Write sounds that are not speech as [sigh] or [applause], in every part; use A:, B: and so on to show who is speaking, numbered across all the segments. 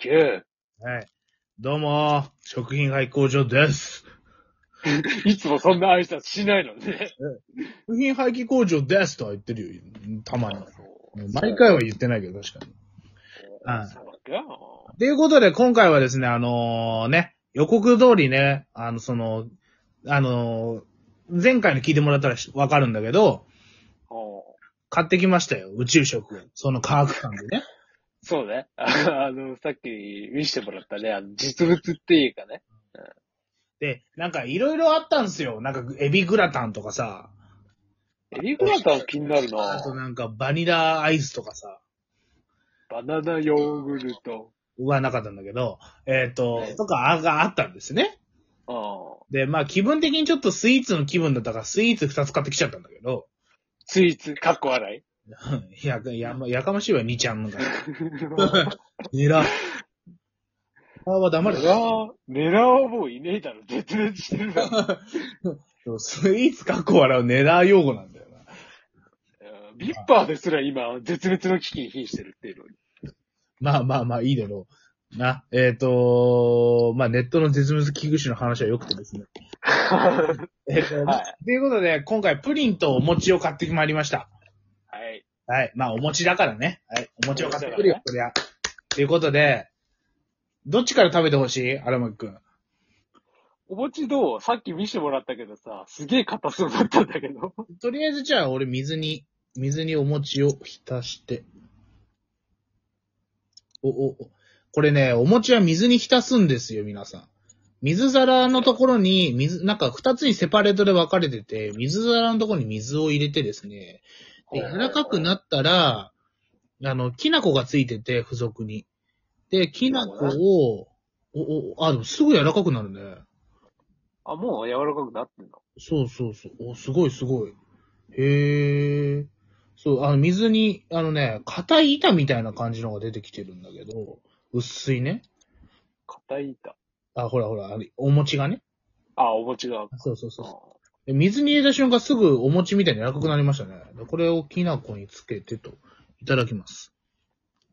A: 9。
B: はい。どうも、食品廃工場です。
A: いつもそんな挨拶しないのね。
B: 食品廃棄工場ですとは言ってるよ、たまに。
A: そう
B: 毎回は言ってないけど、確かに。はい
A: そうか。
B: ということで、今回はですね、あのーね、予告通りね、あの、その、あのー前回の聞いてもらったらしわかるんだけど、
A: おう
B: 買ってきましたよ、宇宙食を。その科学館でね。
A: そうね。あの、さっき見せてもらったね、あの実物っていうかね。
B: で、なんかいろいろあったんですよ。なんか、エビグラタンとかさ、
A: エビグラタン気になる
B: あと
A: な。
B: なんかバニラアイスとかさ、
A: バナナヨーグルト。
B: はなかったんだけど、えっ、と
A: ええ、
B: とかあがあったんですね。
A: ああ
B: で、まあ気分的にちょっとスイーツの気分だったから、スイーツ2つ買ってきちゃったんだけど、 [laughs]
A: スイーツ、かっこ笑い。
B: いや、やま、やかましいわ、兄ちゃんのが。 [laughs] 狙う。あは黙れ。
A: 狙うはもういねえだろ。絶滅してるだろ。
B: そう [laughs] スイーツかっこ笑う狙う用語なんだよな。
A: うんビッパーですら今、絶滅の危機に瀕してるっていうのに。
B: まあまあまあ、いいだろう。な、えっ、とまあネットの絶滅危惧種の話はよくてですね。えっ、と、
A: は
B: ということで、今回プリンとお餅を買ってまいりました。
A: はい。
B: はい。まあ、お餅だからね。はい。お餅を買ってくるよ
A: お、
B: そりゃ。ということで、どっちから食べてほしい荒牧くん。
A: お餅どうさっき見せてもらったけどさ、すげえ硬そうだったんだけど。
B: とりあえずじゃあ、俺水に、水にお餅を浸して。お、お、おこれね、お餅は水に浸すんですよ、皆さん。水皿のところに、水、なんか二つにセパレートで分かれてて、水皿のところに水を入れてですね、で柔らかくなったら、あの、きな粉がついてて、付属に。で、きな粉を、お、お、あ、でもすぐ柔らかくなるね。
A: あ、もう柔らかくなってんの
B: そうそうそう。お、すごいすごい。へえ。そう、あの、水に、あのね、硬い板みたいな感じのが出てきてるんだけど、薄いね。
A: 硬い板。
B: あ、ほらほら、あれお餅がね。
A: あ、お餅が。
B: そうそうそう
A: あ
B: で。水に入れた瞬間すぐお餅みたいに柔らかくなりましたね。でこれをきな粉につけてと、いただきます。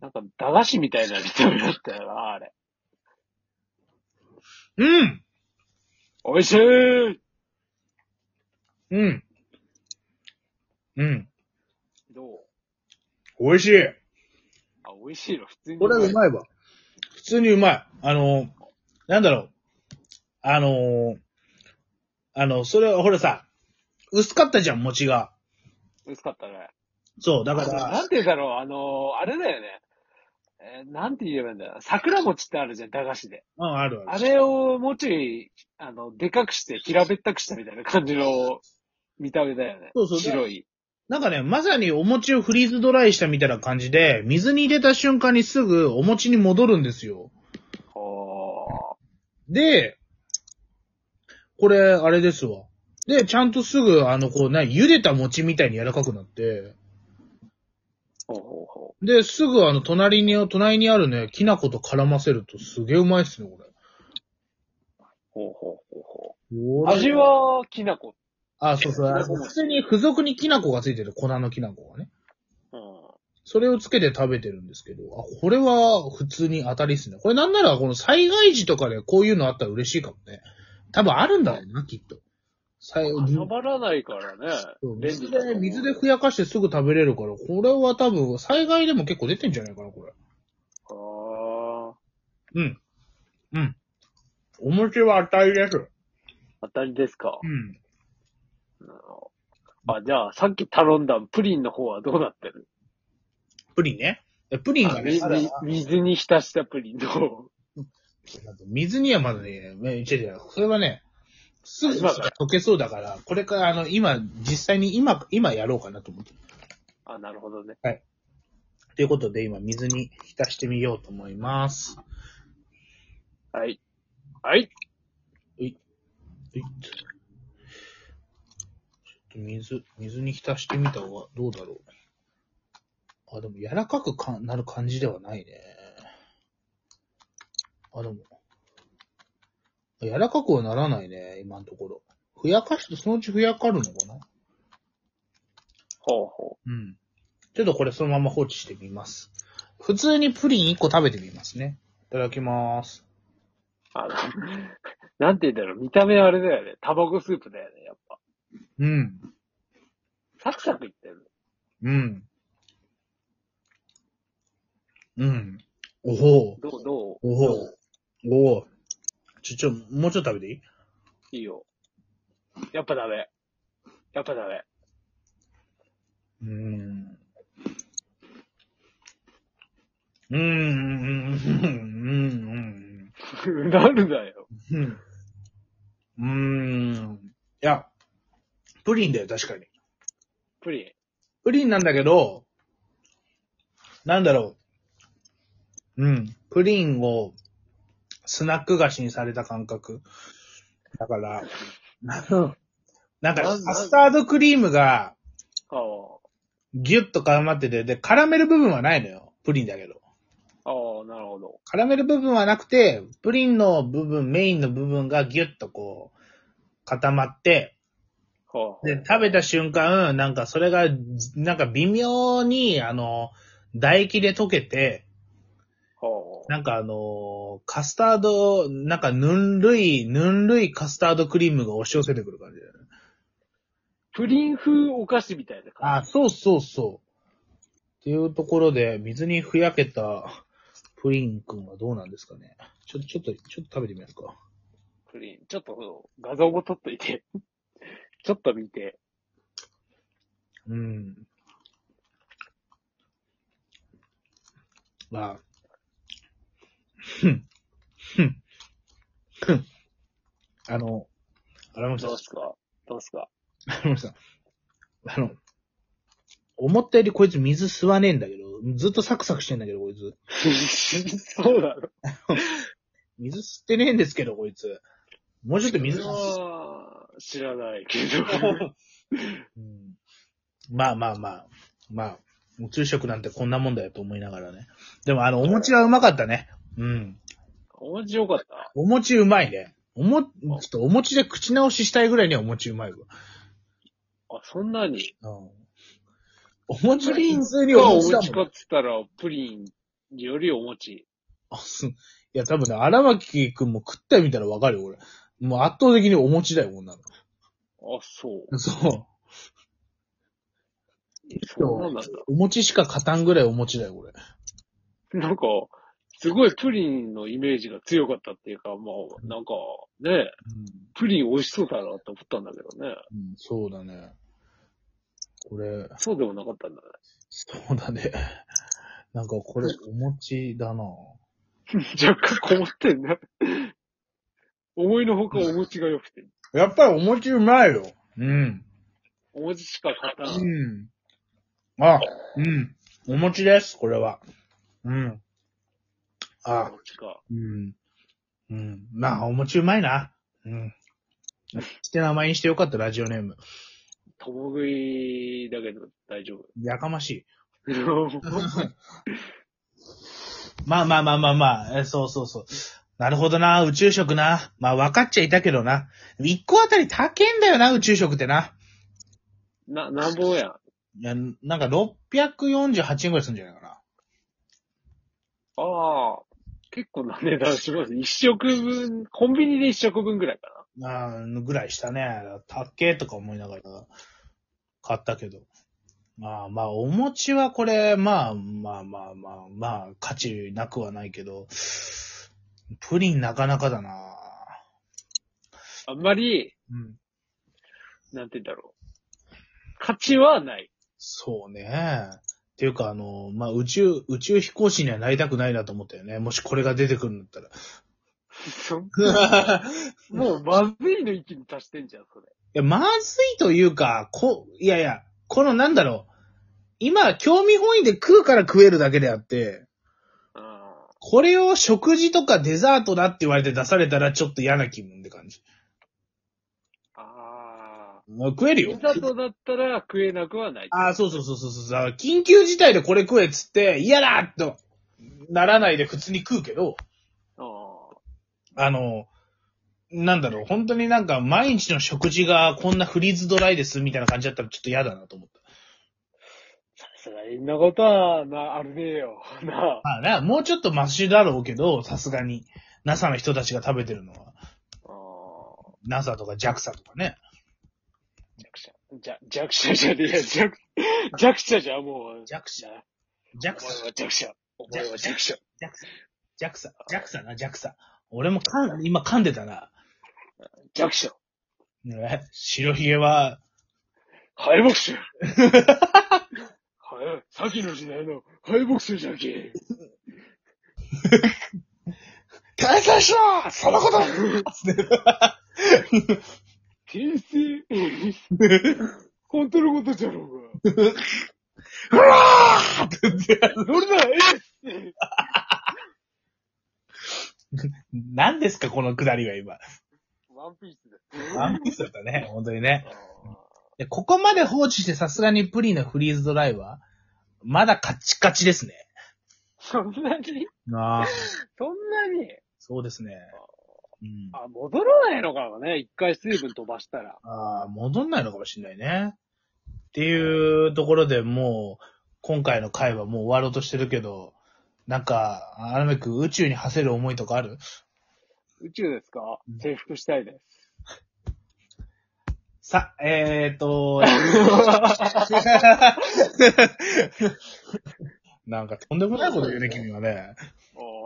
A: なんか、駄菓子みたいな見た目だったよな、あれ。
B: うん
A: 美味しい
B: うんうん。
A: どう
B: 美味しい
A: あ、美味しいの普通に。
B: これはうまいわ。普通にうまい。あの、なんだろう。あの、あの、それは、ほらさ、薄かったじゃん、餅が。
A: 薄かったね。
B: そう、だか
A: あ
B: ら
A: な、んて言うんだろう、あのーあれだよね。えーなんて言えばいいんだよ。桜餅ってあるじゃん、駄菓子で。
B: うん、あるあ
A: あ
B: る。
A: れをもうちょい、あの、でかくして、平べったくしたみたいな感じの見た目だよね。
B: そうそう
A: 白い。
B: なんかね、まさにお餅をフリーズドライしたみたいな感じで、水に入れた瞬間にすぐお餅に戻るんですよ。
A: ほ
B: で、これ、あれですわ。で、ちゃんとすぐ、あの、こう、ね、茹でた餅みたいに柔らかくなって、
A: ー。ほうほうほ
B: で、すぐあの、隣に、隣にあるね、きな粉と絡ませるとすげえうまいっすね、これ。
A: う。ほうほうほうほう。
B: 俺
A: 味は、きな粉。
B: あ、そうそう。あの普通に付属にきな粉がついてる、粉のきな粉がね。
A: うん。
B: それをつけて食べてるんですけど、あ、これは普通に当たりっすね。これなんならこの災害時とかでこういうのあったら嬉しいかもね。多分あるんだろうな、きっと。さい
A: かさばらないからね。便
B: 水
A: 利だと
B: で、
A: 思う
B: 水でふやかしてすぐ食べれるから、これは多分災害でも結構出てんじゃないかな、これ。
A: ああ。
B: うん。うん。お餅は当たりです。
A: 当たりですか
B: う。ん。
A: あ、じゃあ、さっき頼んだプリンの方はどうなってる
B: プリンね。えプリンがね、
A: み
B: まだ
A: み水に浸したプリンの。
B: 水にはまだね、え違う違う、それはね、すぐ
A: 今から
B: 溶けそうだから、これからあの、今、実際に今、今やろうかなと思って。
A: あ、なるほどね。
B: ということで、今、水に浸してみようと思います。
A: はい。はい。
B: えっとちょっと水、水に浸してみた方がどうだろう。あ、でも柔らかくかなる感じではないね。あ、でも。柔らかくはならないね、今のところ。ふやかして、そのうちふやかるのかな
A: ほうほ
B: うん。ちょっとこれそのまま放置してみます。普通にプリン1個食べてみますね。ただきます。
A: あの、 [laughs] なんて言うんだろう、見た目あれだよね。卵スープだよね、やっぱ。
B: うん。
A: サクサクいってる。
B: うん。うん。おほう。
A: どう、どう
B: おほう。おおう。ちょ、ちょ、もうちょっと食べていい
A: いいよ。やっぱダメ。やっぱダメ。 [laughs]
B: うーん。うーん。うーん。
A: なるだよ。
B: うーん。うーん。いや、プリンだよ、確かに。
A: プリン。
B: プリンなんだけど、なんだろう。うん。プリンをスナック菓子にされた感覚。だ [laughs] から、あのなんか
A: なな
B: カスタードクリームが
A: ああ。
B: ギュッと絡まってて、で、絡める部分はないのよ。プリンだけど。
A: ああ、なるほど。
B: 絡める部分はなくて、プリンの部分、メインの部分がギュッとこう、固まって、
A: はあ。
B: で、食べた瞬間、なんかそれが、なんか微妙に、あの、唾液で溶けて、
A: はあ。
B: なんかあのーカスタード、なんかぬんるい、ぬんるいカスタードクリームが押し寄せてくる感じだよね。
A: プリン風お菓子みたいな感
B: あ、そうそうそう。っていうところで、水にふやけたプリン君はどうなんですかね。ちょ、ちょっと、ちょっと食べてみますか。
A: じ。プリン。ちょっとそう、画像も撮っといて。 [laughs] ちょっと見て。
B: うん。まあ。ふん。ふん。ふん。あの、荒牧さん
A: どう、すかどうすか [laughs]
B: あのさ、あの、思ったよりこいつ水吸わねえんだけど、ずっとサクサクしてんだけど、こいつ。
A: そうなの
B: 水吸ってねえんですけど、こいつ。もうちょっと水吸
A: ああ、知らない [laughs] けど。
B: うんまあまあまあ、まあ、宇宙食なんてこんなもんだよと思いながらね。でもあの、お餅はうまかったね。うん。
A: 面白かった。
B: お餅うまいね。おも、ちょっとお餅で口直ししたいぐらいにはお餅うまいわ。
A: あ、そんなに。
B: うん。お餅
A: プリン
B: 普通にお
A: がお
B: 餅だ
A: 餅か
B: もん
A: っ。つったら、プリンよりお餅。
B: あすいや、多分ね、荒牧くんも食ってみたらわかるよ、俺。もう圧倒的にお餅だよ、こんな
A: あ、そう。
B: の。そ
A: そうなんだ。
B: う。お餅しか勝たんぐらいお餅だよ、これ。
A: なんか、すごいプリンのイメージが強かったっていうか、まあ、なんか、ね、
B: う
A: プリン美味しそうだなと思ったんだけどね。
B: ん。うん、そうだね。これ、
A: そうでもなかったんだね。
B: そうだね。なんかこれ、お餅だな
A: 若干こもってんね。思いのほかお餅が良くて。
B: やっぱりお餅うまいよ。うん。
A: お餅しか勝たん。
B: うん。あ、うん。お餅です、これは。うん。あ
A: お、餅か。
B: うん。うん。まあ、お餅うまいな。うん。して名前にしてよかった、ラジオネーム。
A: とも食いだけど大丈夫。 [laughs]
B: やかましい。
A: う
B: まあまあまあまあまあ、えそうそうそう。なるほどな、宇宙食な。まあ分かっちゃいたけどな。一個あたり高えんだよな、宇宙食ってな。
A: んな、なんぼや
B: い
A: ん。
B: や、なんか648円ぐらいするんじゃないかな。
A: ああ、結構な値段します。一食分、コンビニで一食分ぐらいかな。
B: あーぐらいしたね。たっけーとか思いながら買ったけど。まあまあ、お餅はこれ、まあまあまあまあ、まあ、価値なくはないけど、プリンなかなかだな
A: あんまり、
B: うん。
A: なんて言うんだろう。価値はない。 [laughs]
B: そうね。っていうか、あの、まあ、宇宙、宇宙飛行士にはなりたくないなと思ったよね。もしこれが出てくるんだった
A: そん
B: ら。
A: もう、まずいの域に達してんじゃん、それ。
B: いや、まずいというか、こ、いやいや、このなんだろう。今、興味本位で食うから食えるだけであって、
A: ああ、
B: これを食事とかデザートだって言われて出されたらちょっと嫌な気分って感じ。
A: ああ。
B: まあ食える
A: い
B: よ。
A: ざとだったら食えなくはない。
B: ああ、そうそうそうそうそうだから緊急事態でこれ食えっつって、嫌だとならないで普通に食うけど、
A: ああ。
B: あの、なんだろう、本当になんか毎日の食事がこんなフリーズドライですみたいな感じだったらちょっと嫌だなと思った。
A: すがにそんなことは、な、あるねえよ。 [laughs] なあ。
B: まあね、もうちょっとマシだろうけど、さすがに。NASA の人たちが食べてるのは、
A: あー
B: NASA とか JAXA とかね。
A: 弱者。じゃ、弱者じゃねえや。弱、弱者じゃ、もう。
B: 弱者
A: な。お
B: JAXA
A: 前は弱者。お前は弱者。
B: JAXA、JAXA な、JAXA。俺もかん、今噛んでたな。
A: 弱者。
B: ね白ひげは、
A: 敗北者。はい、先の時代の敗北者じゃんけ。
B: 解散しろそのこと
A: 訂正。本当のことじゃろうが。
B: うわーって言って
A: 俺だ、えい
B: 何ですか、このくだりは今。
A: ワンピースです。
B: ワ
A: あ
B: ンピースだったね、本当にね。
A: ー
B: でここまで放置してさすがにプリンのフリーズドライは、まだカッチカチですね。
A: そんなに
B: ああ、
A: そんなに
B: そうですね。うん、
A: あ、戻らないのかもね。一回水分飛ばしたら。
B: ああ、戻んないのかもしれないね。っていうところでもう、今回の回はもう終わろうとしてるけど、なんか、あらめく宇宙に馳せる思いとかある
A: 宇宙ですか征服したいです。
B: さ、えーと、なんかとんでもないこと言うね、君はね。
A: あ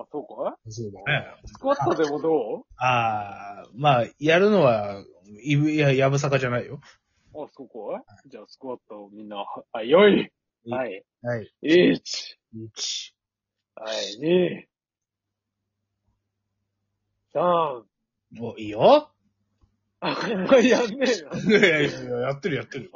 A: あ、そうか
B: そうだね。
A: スクワットでもど
B: ああ、まあ、やるのは、いぶ、いや、やぶさかじゃないよ。
A: うあ、そうかじゃあ、スクワットをみんな、はい、よいはい、
B: はい。
A: 1、
B: 1。
A: はい、2、3、
B: お、いいよ。
A: あ、こんなやんねえな。
B: いやいやいや、やってるやってる。